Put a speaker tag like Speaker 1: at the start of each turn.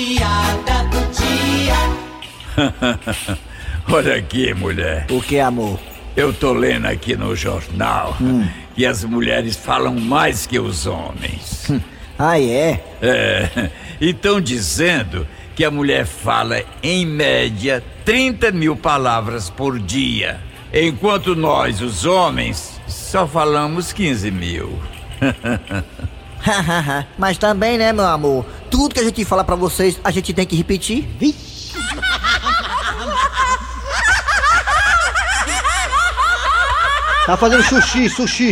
Speaker 1: piada do dia.
Speaker 2: Olha aqui, mulher.
Speaker 3: O que, amor?
Speaker 2: Eu tô lendo aqui no jornal que as mulheres falam mais que os homens.
Speaker 3: Ah, é?
Speaker 2: É, e estão dizendo que a mulher fala, em média, 30 mil palavras por dia, enquanto nós, os homens, só falamos 15 mil.
Speaker 3: Hahaha. Mas também, né, meu amor? Tudo que a gente fala pra vocês, a gente tem que repetir.
Speaker 4: Tá fazendo sushi, sushi.